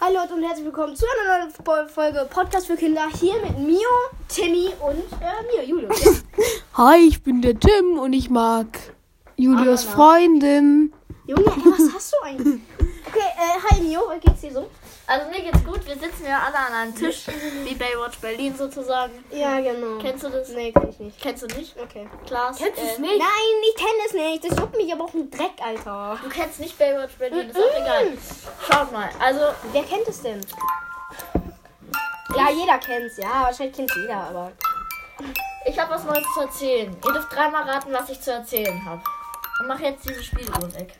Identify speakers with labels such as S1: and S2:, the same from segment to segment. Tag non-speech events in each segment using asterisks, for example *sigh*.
S1: Hi Leute und herzlich willkommen zu einer neuen Fo- Folge Podcast für Kinder. Hier mit Mio, Timmy und äh, mir, Julius.
S2: *laughs*
S1: Ja.
S3: Hi, ich bin der Tim und ich mag Julius
S1: Anna.
S3: Freundin.
S1: Junge, ey, was hast du eigentlich? Okay, äh, hi Mio, wie geht's dir so?
S4: Also mir geht's gut, wir sitzen ja alle an einem Tisch, wie Baywatch Berlin sozusagen.
S1: Ja, genau.
S4: Kennst du das?
S1: Nee, kenn ich nicht.
S4: Kennst du nicht?
S1: Okay.
S4: Klaas.
S1: Kennst
S4: äh,
S1: Nein, ich kenn es nicht. Das juckt mich aber auch ein Dreck, Alter.
S4: Du kennst nicht Baywatch Berlin, ist auch
S1: Mhm.
S4: egal. Schaut mal, also
S1: Wer kennt es denn? Ja, jeder kennt's, ja. Wahrscheinlich kennt's jeder, aber.
S4: ich habe was Neues zu erzählen. Ihr dürft dreimal raten, was ich zu erzählen habe. Und mach jetzt diese Spieluhr weg.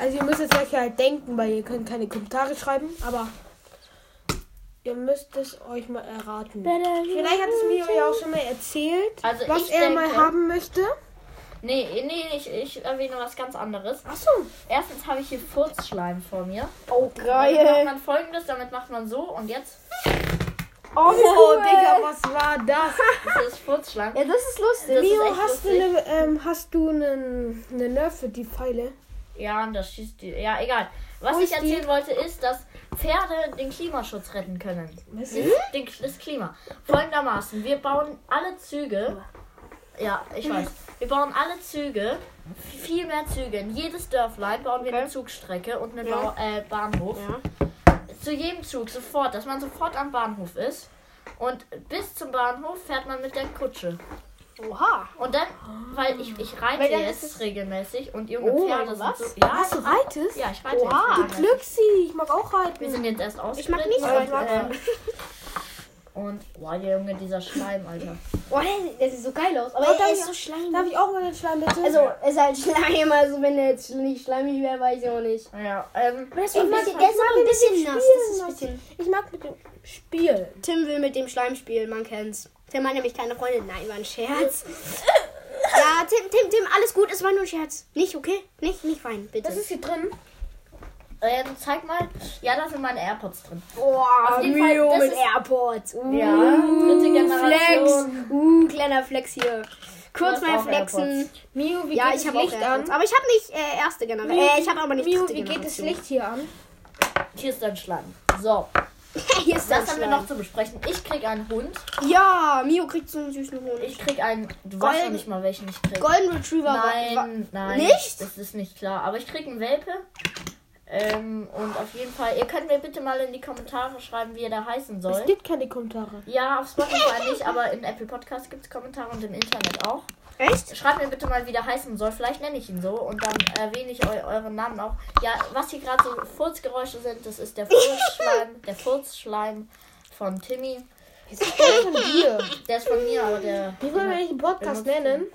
S2: Also ihr müsst jetzt euch halt denken, weil ihr könnt keine Kommentare schreiben, aber ihr müsst es euch mal erraten. Vielleicht hat es Mio ja auch schon mal erzählt,
S4: Also
S2: was
S4: ich
S2: er
S4: denke,
S2: mal haben möchte.
S4: Nee, nee, ich, ich erwähne was ganz anderes.
S2: Achso.
S4: Erstens habe ich hier Furzschleim vor mir.
S1: Oh,
S4: Damit macht
S1: geil.
S4: man folgendes, damit macht man so und jetzt
S1: Oh,
S2: Oh,
S1: cool.
S2: Digga, was war das?
S4: ist das Furzschleim.
S1: *laughs* Ja, das ist lustig.
S4: Das ist
S2: Mio,
S4: echt
S2: hast du,
S4: lustig.
S2: eine, ähm, hast du einen, eine Nerf für die Pfeile?
S4: Ja, und das schießt die. Ja, egal. Was
S2: Wo
S4: ich
S2: ist
S4: erzählen wollte, ist, dass Pferde den Klimaschutz retten können.
S2: Was?
S1: Hm?
S4: Den, den, das Klima. Folgendermaßen, wir bauen alle Züge. Ja, ich weiß. Wir bauen alle Züge, viel mehr Züge. In jedes Dörflein bauen wir eine Zugstrecke und einen
S1: Ja.
S4: Bau, äh, Bahnhof. Zu jedem Zug sofort, dass man sofort am Bahnhof ist. Und bis zum Bahnhof fährt man mit der Kutsche.
S1: Oha.
S4: Und dann, weil ich, ich reite
S1: Weil dann ist
S4: jetzt regelmäßig und junge
S1: Oh,
S4: Pferde sind
S1: was?
S4: so. Ja,
S2: Was, du
S4: ich-
S2: reitest?
S4: ja, ich reite
S1: Oha.
S4: jetzt. regelmäßig.
S2: Glücksi, ich mag auch reiten.
S4: Wir sind jetzt erst aus.
S1: Ich mag nicht
S4: und,
S1: reiten.
S4: äh, und boah, der Junge, dieser Schleim, Alter.
S1: Oh, der sieht so geil aus. Aber
S2: Oh,
S1: er
S2: darf
S1: ist
S2: ich-
S1: so schleimig.
S2: Darf ich auch mal den Schleim bitte?
S1: Also, ist halt Schleim, also wenn er jetzt nicht schleimig wäre, weiß ich auch nicht.
S4: Ja, ähm,
S1: Der ist
S2: Ich mag- ich mag
S1: aber ein
S2: mit
S1: bisschen
S2: dem
S1: nass.
S2: Spielen
S1: Das ist ein
S2: lassen.
S1: bisschen.
S2: ich mag mit dem Spiel.
S1: Tim will mit dem Schleim spielen, man kennt's. Tim hat nämlich keine Freundin. Nein, war ein Scherz. Ja, Tim, Tim, Tim, alles gut, es war nur ein Scherz. Nicht, okay? Nicht, nicht weinen, bitte.
S2: Das ist hier drin.
S4: ähm, zeig mal. Ja, da sind meine Airpods drin.
S1: Boah,
S4: auf jeden
S1: Oh, Mio
S4: Fall, das
S1: mit
S4: ist-
S1: Airpods. Uh,
S4: Ja, dritte Generation.
S1: Flex. Uh, kleiner Flex hier. Kurz
S4: hast
S1: mal
S4: auch
S1: flexen.
S4: AirPods.
S2: Mio, wie
S1: Ja,
S2: geht
S1: ich
S2: das
S1: habe auch
S2: Licht
S1: Airpods.
S2: an?
S1: Aber ich habe nicht äh, erste Generation. Äh, ich habe aber nicht
S2: Mio,
S1: dritte
S2: wie geht das
S1: Generation.
S2: Licht hier an?
S4: Hier ist dein Schleim. So,
S1: Hier ist
S4: das
S1: das
S4: haben wir noch zu besprechen. Ich krieg einen Hund.
S1: Ja, Mio kriegt so einen süßen
S4: Ich
S1: Honig.
S4: krieg einen. Du weißt ja
S1: Golden-
S4: nicht mal, welchen ich krieg.
S1: Golden Retriever. wa- wa-
S4: Nein, nein.
S1: Nicht?
S4: Das ist nicht klar. Aber ich krieg einen Welpe. Ähm, und auf jeden Fall, ihr könnt mir bitte mal in die Kommentare schreiben, wie er da heißen soll.
S2: Es gibt keine Kommentare.
S4: Ja, auf Spotify nicht, aber in Apple Podcast gibt es Kommentare und im Internet auch.
S1: Echt?
S4: Schreibt mir bitte mal, wie der heißen soll. Vielleicht nenne ich ihn so und dann erwähne ich eu euren Namen auch. Ja, was hier gerade so Furzgeräusche sind, das ist
S1: *laughs*
S4: der Furzschleim, der Furzschleim von Timmy.
S2: Es ist von dir.
S4: Der ist von mir, aber der.
S2: Wie wollen wir eigentlich den Podcast nennen?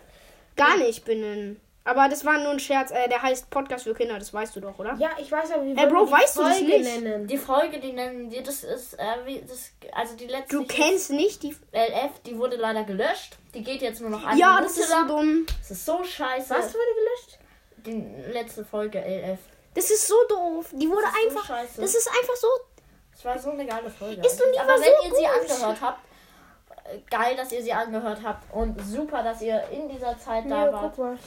S1: Gar nicht benennen. Aber das war nur ein Scherz. Äh, der heißt Podcast für Kinder, das weißt du doch, oder?
S2: Ja, ich weiß aber, wie wollen
S1: Bro,
S2: wir die
S1: weißt du das
S2: Folge
S1: nicht?
S2: nennen?
S4: Die Folge, die nennen wir, das ist, äh, wie, das, also die letzte
S1: Du kennst nicht die.
S4: LF, die wurde leider gelöscht. Ah, Die geht jetzt nur noch eine
S1: ja,
S4: Minute
S1: das ist so
S4: lang.
S1: dumm.
S4: Das ist so scheiße.
S2: Was wurde gelöscht?
S4: Die letzte Folge LF.
S1: Das ist so doof. Die wurde
S4: Das ist so
S1: einfach.
S4: scheiße.
S1: das ist einfach so.
S4: Es war so eine geile Folge.
S1: Ist doch nie
S4: Aber
S1: mal
S4: wenn
S1: so
S4: ihr sie
S1: gut.
S4: angehört habt, äh, geil, dass ihr sie angehört habt und super, dass ihr in dieser Zeit da
S2: Mio,
S4: wart.
S2: guck mal.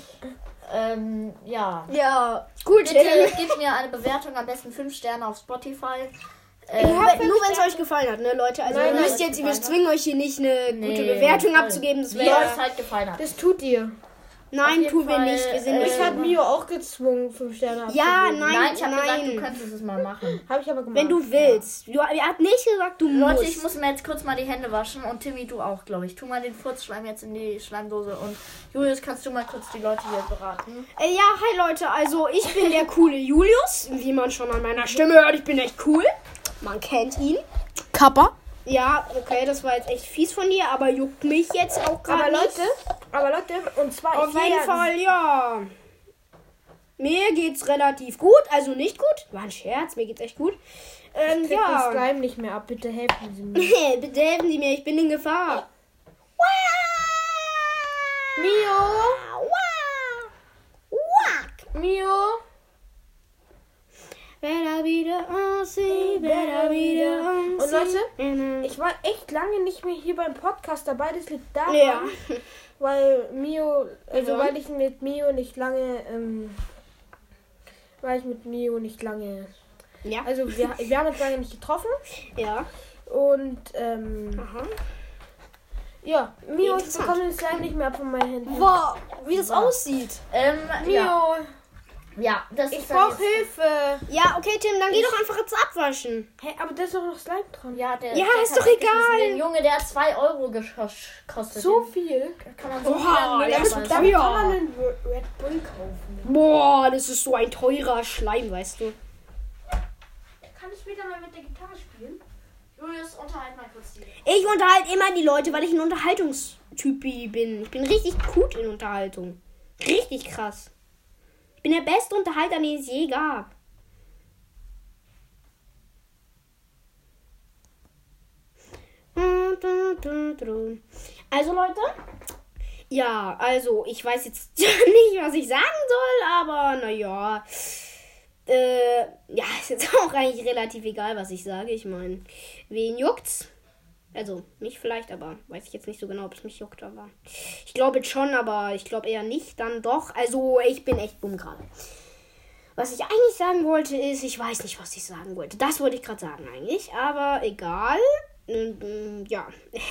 S4: Ähm, ja.
S1: Ja, gut. Äh,
S4: Bitte gebt mir eine Bewertung, am besten 5 Sterne auf Spotify. Ähm,
S1: nur wenn es euch gefallen hat, ne, Leute. Also
S2: Nein,
S1: ihr
S2: nein,
S1: müsst
S4: wenn
S1: jetzt,
S4: es
S1: wir
S4: gefallen
S1: zwingen euch hier nicht eine
S4: nee,
S1: gute Bewertung
S4: voll.
S1: abzeugen. Das
S4: Wie
S1: wäre.
S4: euch halt gefallen hat.
S2: Das tut ihr.
S1: Nein,
S4: jeden
S1: tun wir
S4: Fall,
S1: nicht. Wir sind
S4: äh,
S1: nicht.
S2: Ich habe Mio auch gezwungen, 5 Sterne
S1: ja, nein,
S2: abzugeben.
S4: Nein, ich habe gesagt,
S1: nein.
S4: du könntest es mal machen.
S2: Habe ich aber gemacht.
S1: wenn du willst. Du, ihr habt nicht gesagt, du
S4: Leute,
S1: musst.
S4: ich muss mir jetzt kurz mal die Hände waschen und Timmy, du auch, glaube ich. Tu mal den Furzschleim jetzt in die Schleimdose und Julius, kannst du mal kurz die Leute hier beraten?
S1: Äh, ja, hi Leute, also ich bin der coole Julius, wie man schon an meiner Stimme hört, ich bin echt cool. Man kennt ihn.
S3: Kappa.
S1: Ja, okay, das war jetzt echt fies von dir, aber juckt mich jetzt auch
S2: Aber
S1: gerade
S2: Leute, aber Leute, und zwar
S1: Auf
S2: ich
S1: jeden
S2: ja-
S1: Fall, ja. Mir geht's relativ gut, also nicht gut. War ein Scherz, mir geht's echt gut. Ähm,
S2: Krieg den
S1: ja.
S2: Slime nicht mehr ab, bitte helfen Sie
S1: *laughs*
S2: mir.
S1: Bitte helfen Sie mir, ich bin in Gefahr.
S2: Mio, Mio,
S1: Better wieder aussehen, better wieder
S2: Und
S1: aussehen.
S2: ich war echt lange nicht mehr hier beim Podcast dabei. Das liegt daran,
S1: Ja.
S2: weil Mio, also
S1: Ja.
S2: weil ich mit Mio nicht lange, ähm, weil ich mit Mio nicht lange
S1: Ja.
S2: Also wir, wir haben uns lange nicht getroffen.
S1: Ja.
S2: Und ähm,
S1: Aha.
S2: ja, Mio, ich
S1: Interessant.
S2: bekomme den Slime nicht mehr ab von meinen Händen.
S1: Boah, wie das aussieht.
S4: Ähm, ja.
S2: Mio,
S4: ja, das
S2: ich
S4: ist dann
S2: brauche
S4: jetzt-
S2: Hilfe.
S1: Ja, okay, Tim, dann geh doch einfach jetzt abwaschen.
S2: Hä, aber da ist doch noch Slime dran.
S4: Ja, der,
S1: Ja,
S4: der
S1: ist
S4: hat
S1: doch
S4: weggeschmissen.
S1: egal.
S4: Den Junge, der hat 2 Euro gesch- gekostet.
S2: So viel.
S4: Den kann man so
S1: Oha,
S4: viel
S1: der
S4: an
S1: ist
S4: Müll
S1: da-
S4: ablassen.
S2: Damit
S1: Ja.
S2: kann man einen Re- Red Bull kaufen.
S1: Boah, das ist so ein teurer Schleim, weißt du.
S4: Kann ich später mal mit der Gitarre spielen? Julius, unterhalt mal kurz die.
S1: Ich unterhalte immer die Leute, weil ich ein Unterhaltungstyp bin. Ich bin richtig gut in Unterhaltung. Richtig krass. Ich bin der beste Unterhalter, den es je gab. Also Leute, ja, also ich weiß jetzt *laughs* nicht, was ich sagen soll, aber naja. Äh, ja, *laughs* ist jetzt auch eigentlich relativ egal, was ich sage. Ich meine, wen juckt's? Also, mich vielleicht, aber weiß ich jetzt nicht so genau, ob es mich juckt, aber ich glaube jetzt schon, aber ich glaube eher nicht, dann doch. Also, ich bin echt dumm gerade. Was ich eigentlich sagen wollte, ist, ich weiß nicht, was ich sagen wollte. Das wollte ich gerade sagen eigentlich, aber egal. Ähm, Ja. *laughs*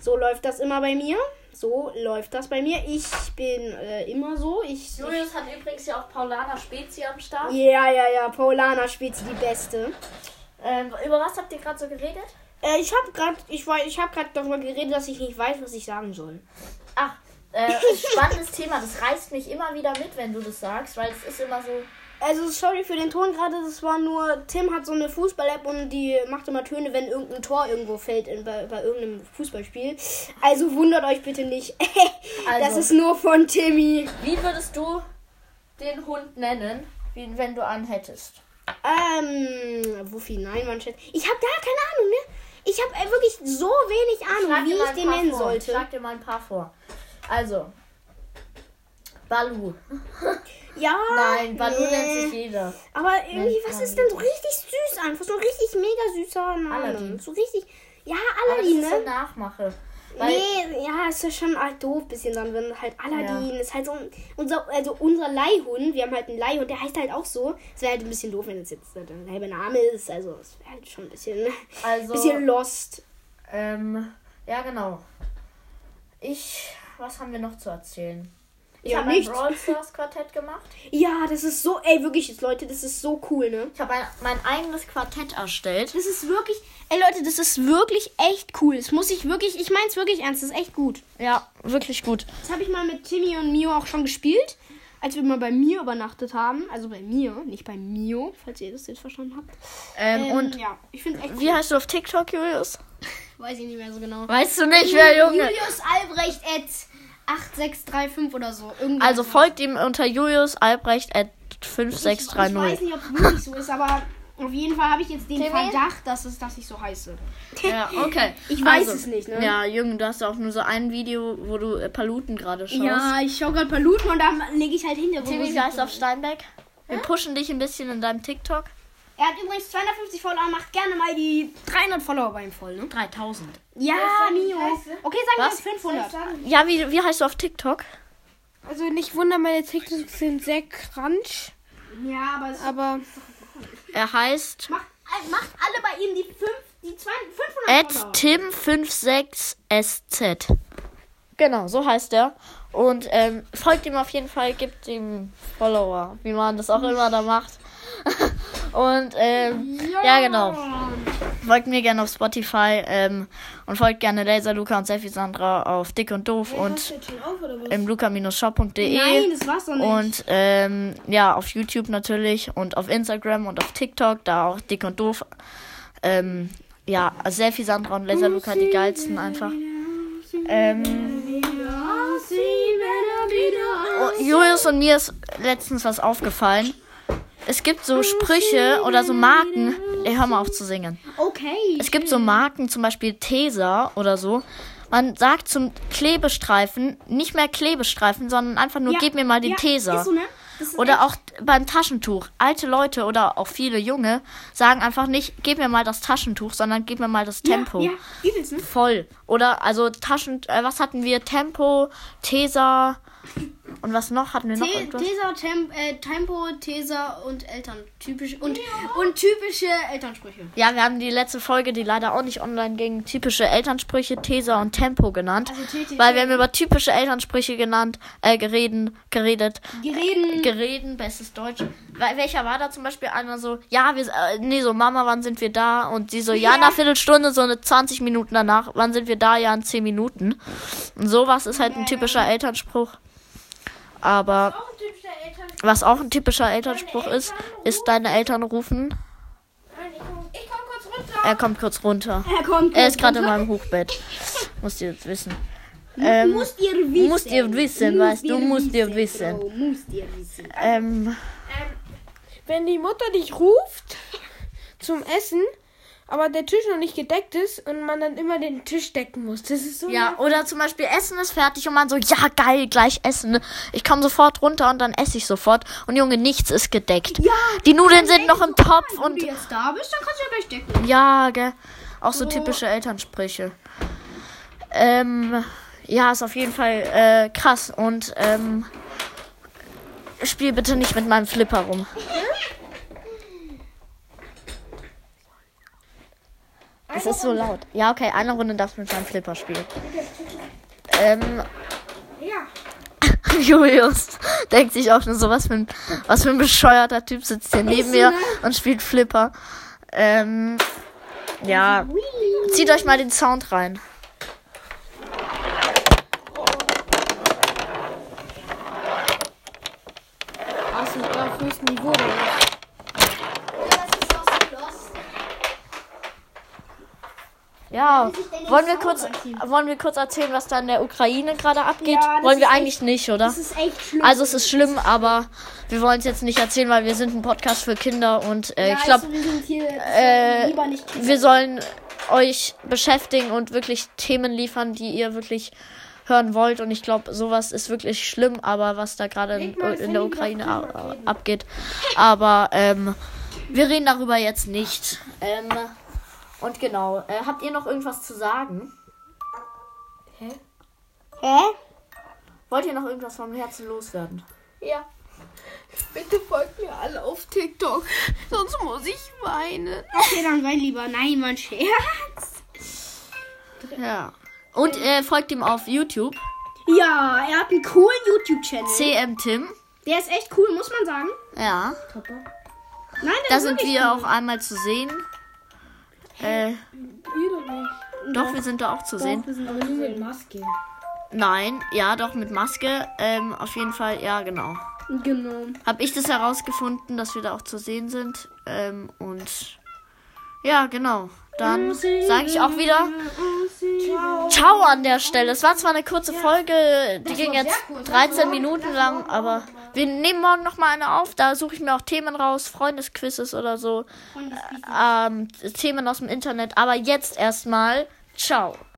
S1: so läuft das immer bei mir. So läuft das bei mir. Ich bin äh, immer so. Ich, ich
S4: Julius hat übrigens ja auch Paulana Spezi am Start.
S1: ja, ja, ja. Paulana spielt sie die Beste.
S4: Ähm, über was habt ihr gerade so geredet?
S1: Äh, ich habe gerade, ich weiß, ich habe gerade darüber geredet, dass ich nicht weiß, was ich sagen soll.
S4: Ach,
S1: *laughs*
S4: äh, spannendes Thema. Das reißt mich immer wieder mit, wenn du das sagst, weil es ist immer so.
S1: Also sorry für den Ton gerade, das war nur Tim hat so eine Fußball-App und die macht immer Töne, wenn irgendein Tor irgendwo fällt in, bei, bei irgendeinem Fußballspiel. Also wundert euch bitte nicht. *laughs* das
S4: Also.
S1: ist nur von Timmy.
S4: Wie würdest du den Hund nennen, wie, wenn du einen hättest?
S1: Ähm, Wuffi, nein, man schätzt. Ich habe gar keine Ahnung, ne? Ich habe äh, wirklich so wenig Ahnung, wie
S4: dir mal ein
S1: ich den
S4: paar
S1: nennen
S4: vor.
S1: sollte.
S4: Schlag dir mal ein paar vor. Also. Balu.
S1: ja.
S4: Nein, Balu
S1: nee.
S4: nennt sich jeder.
S1: Aber irgendwie, was
S4: Nein.
S1: ist denn so richtig süß einfach? So richtig mega süßer Name.
S4: Aladdin.
S1: So richtig. Ja,
S4: Aber das
S1: Aladdin,
S4: ist
S1: ne?
S4: so Nachmache. Weil
S1: Nee, ja, ist ja schon halt doof bisschen dann, wenn halt Aladdin
S4: Ja.
S1: ist halt so ein, unser, also unser Leihhund, wir haben halt einen Leihhund, der heißt halt auch so. Es wäre halt ein bisschen doof, wenn es jetzt der halbe Name ist, also es wäre halt schon ein bisschen,
S4: Also,
S1: bisschen lost.
S4: ähm, ja genau. Ich, was haben wir noch zu erzählen? Ich
S1: Ja,
S4: habe ein
S1: nichts.
S4: Brawl Stars Quartett gemacht.
S1: Ja, das ist so, ey, wirklich, jetzt, Leute, das ist so cool, ne?
S4: Ich habe ein, mein eigenes Quartett erstellt.
S1: Das ist wirklich, ey Leute, das ist wirklich echt cool. Das muss ich wirklich, ich meine es wirklich ernst, das ist echt gut.
S4: Ja, wirklich gut.
S1: Das habe ich mal mit Timmy und Mio auch schon gespielt, als wir mal bei mir übernachtet haben. Also bei mir, nicht bei Mio, falls ihr das jetzt verstanden habt.
S4: Ähm,
S1: Ähm,
S4: und
S1: ja, ich finde echt
S4: wie heißt du auf TikTok, Julius?
S1: Weiß ich nicht mehr so genau.
S4: Weißt du nicht, wer Junge?
S1: Julius Albrecht at 8635 oder so. Irgendwie
S4: Also
S1: so.
S4: folgt ihm unter Julius Albrecht
S1: Ich,
S4: at
S1: ich weiß
S4: 5630.
S1: nicht, ob es wirklich so ist, aber auf jeden Fall habe ich jetzt den
S4: Timmy?
S1: Verdacht, dass, es, dass ich so heiße.
S4: Ja, okay.
S1: Ich weiß es nicht, ne?
S4: Also, Ja, Jürgen, du hast ja auch nur so ein Video, wo du äh, Paluten gerade schaust.
S1: ich schaue gerade Paluten und da lege ich halt hin.
S4: Timmy, wie heißt auf Steinbeck? Wir pushen dich ein bisschen in deinem TikTok.
S1: Er hat übrigens 250 Follower, macht gerne mal die 300 Follower bei ihm voll, ne?
S4: 3000.
S1: Ja,
S2: ich
S1: Mio.
S2: heiße?
S1: Okay, sagen wir
S4: Was?
S1: jetzt 500.
S4: Ja, wie, wie heißt du auf TikTok?
S3: Also nicht wundern, meine TikToks sind sehr crunch,
S1: Ja, aber es
S3: aber
S4: Er heißt
S1: macht, macht alle bei ihm die, fünf, die zwei- 500 Follower.
S4: tim56sz. Genau, so heißt er. Und ähm, folgt ihm auf jeden Fall, gibt ihm Follower, wie man das auch immer da macht. *laughs* Und ähm, ja. genau.
S1: Oh,
S4: Folgt mir gerne auf Spotify ähm, und folgt gerne Laser Luca und Selfie Sandra auf Dick und Doof
S2: Hast du
S4: und
S2: jetzt schon auf oder was?
S4: im luca-shop.de.
S1: Nein, das war's doch nicht.
S4: E Und ähm, ja, auf YouTube natürlich und auf Instagram und auf TikTok, da auch dick und doof. Ähm, ja, sehr viel Sandra und Laser Luca, die geilsten einfach. Ähm, oh, Julius und mir ist letztens was aufgefallen. Es gibt so Sprüche oder so Marken. Ey, hör mal auf zu singen.
S1: Okay.
S4: Es gibt so Marken, zum Beispiel Tesa oder so. Man sagt zum Klebestreifen nicht mehr Klebestreifen, sondern einfach nur,
S1: Ja,
S4: gib mir mal den
S1: ja,
S4: Tesa.
S1: Ist so, ne? Das ist
S4: Oder auch beim Taschentuch. Alte Leute oder auch viele junge sagen einfach nicht, gib mir mal das Taschentuch, sondern gib mir mal das Tempo.
S1: Ja, ja, übelst, ne?
S4: Voll. Oder also Taschen, äh, was hatten wir? Tempo, Tesa, Und was noch? Hatten wir noch
S1: Te
S4: irgendwas?
S1: Tesa, Tem äh, Tempo, Tesa und Eltern. Typisch, und, und typische Elternsprüche.
S4: Ja, wir haben die letzte Folge, die leider auch nicht online ging, typische Elternsprüche, Thesa und Tempo genannt.
S1: Also TTT.
S4: weil wir haben über typische Elternsprüche genannt, äh, gereden, geredet.
S1: Gereden.
S4: Gereden, bestes Deutsch. Weil, welcher war da zum Beispiel einer so, ja, wir, äh, nee, so, Mama, wann sind wir da? Und sie so, ja, nach Viertelstunde, so eine 20 Minuten danach, wann sind wir da? Ja, in 10 Minuten. Und sowas ist halt ein typischer Elternspruch. Aber
S5: Auch ein typischer Elternspruch.
S4: was auch ein typischer Elternspruch ist, ist deine Eltern rufen.
S5: Nein, ich komm, ich komm kurz runter.
S4: Er kommt kurz runter.
S1: Er kommt.
S4: Er ist gerade in meinem Hochbett. Musst ihr jetzt wissen. Ähm,
S1: musst ihr wissen.
S4: musst ihr wissen, weißt du, musst ihr wissen.
S1: Bro, musst ihr wissen.
S4: ähm,
S2: Wenn die Mutter dich ruft zum Essen, aber der Tisch noch nicht gedeckt ist und man dann immer den Tisch decken muss. Das ist so.
S4: ja, oder zum Beispiel Essen ist fertig und man so, ja geil, gleich essen. Ich komme sofort runter und dann esse ich sofort. Und Junge, nichts ist gedeckt. Die Nudeln sind noch im Topf
S1: Wenn du
S4: und
S1: jetzt da bist, dann kannst du ja gleich decken.
S4: ja, gell. Auch so typische Elternsprüche. Ähm, ja, ist auf jeden Fall äh, krass und ähm, spiel bitte nicht mit meinem Flipper rum. Es ist so laut. Ja, okay, eine Runde darfst du mit meinem Flipper spielen. Ähm. *laughs* Julius denkt sich auch nur so, was für ein, was für ein bescheuerter Typ sitzt hier neben mir und spielt Flipper. Ähm, ja, zieht euch mal den Sound rein.
S2: Aus dem auf höchstem Niveau. oder?
S4: Ja, wollen wir, kurz, wollen wir kurz erzählen, was da in der Ukraine gerade abgeht?
S1: Ja, das
S4: wollen wir
S1: ist
S4: eigentlich nicht, oder?
S1: Das ist echt schlimm.
S4: Also es ist schlimm, aber wir wollen es jetzt nicht erzählen, weil wir sind ein Podcast für Kinder und äh,
S1: Ja,
S4: ich glaube,
S1: also wir sind hier
S4: äh,
S1: lieber nicht Kinder.
S4: wir sollen euch beschäftigen und wirklich Themen liefern, die ihr wirklich hören wollt. Und ich glaube, sowas ist wirklich schlimm, aber was da gerade in, in der Ukraine a- abgeht. Aber ähm, wir reden darüber jetzt nicht. Ähm, und genau, äh, habt ihr noch irgendwas zu sagen?
S1: Hä?
S4: Wollt ihr noch irgendwas vom Herzen loswerden?
S5: Ja.
S2: Bitte folgt mir alle auf TikTok, sonst muss ich weinen.
S1: Okay, dann wein lieber. Nein, mein Scherz.
S4: Ja. Und äh, folgt ihm auf YouTube,
S1: *laughs* Ja, er hat einen coolen YouTube-Channel.
S4: CM Tim.
S1: Der ist echt cool, muss man sagen.
S4: Ja.
S1: Nein, der
S4: Da
S1: ist
S4: sind
S1: wirklich
S4: wir auch einmal zu sehen. Äh, doch, wir sind da auch zu sehen.
S2: Aber nur mit Maske.
S4: Nein, ja, doch mit Maske. Ähm, auf jeden Fall, ja, genau.
S1: cool. Genau.
S4: Habe ich das herausgefunden, dass wir da auch zu sehen sind. Ähm, und ja, genau. Dann sage ich auch wieder Ciao an der Stelle. Es war zwar eine kurze Folge, die ging jetzt 13 Minuten lang, aber wir nehmen morgen nochmal eine auf. Da suche ich mir auch Themen raus, Freundesquizzes oder so. Ähm, Themen aus dem Internet. Aber jetzt erstmal Ciao.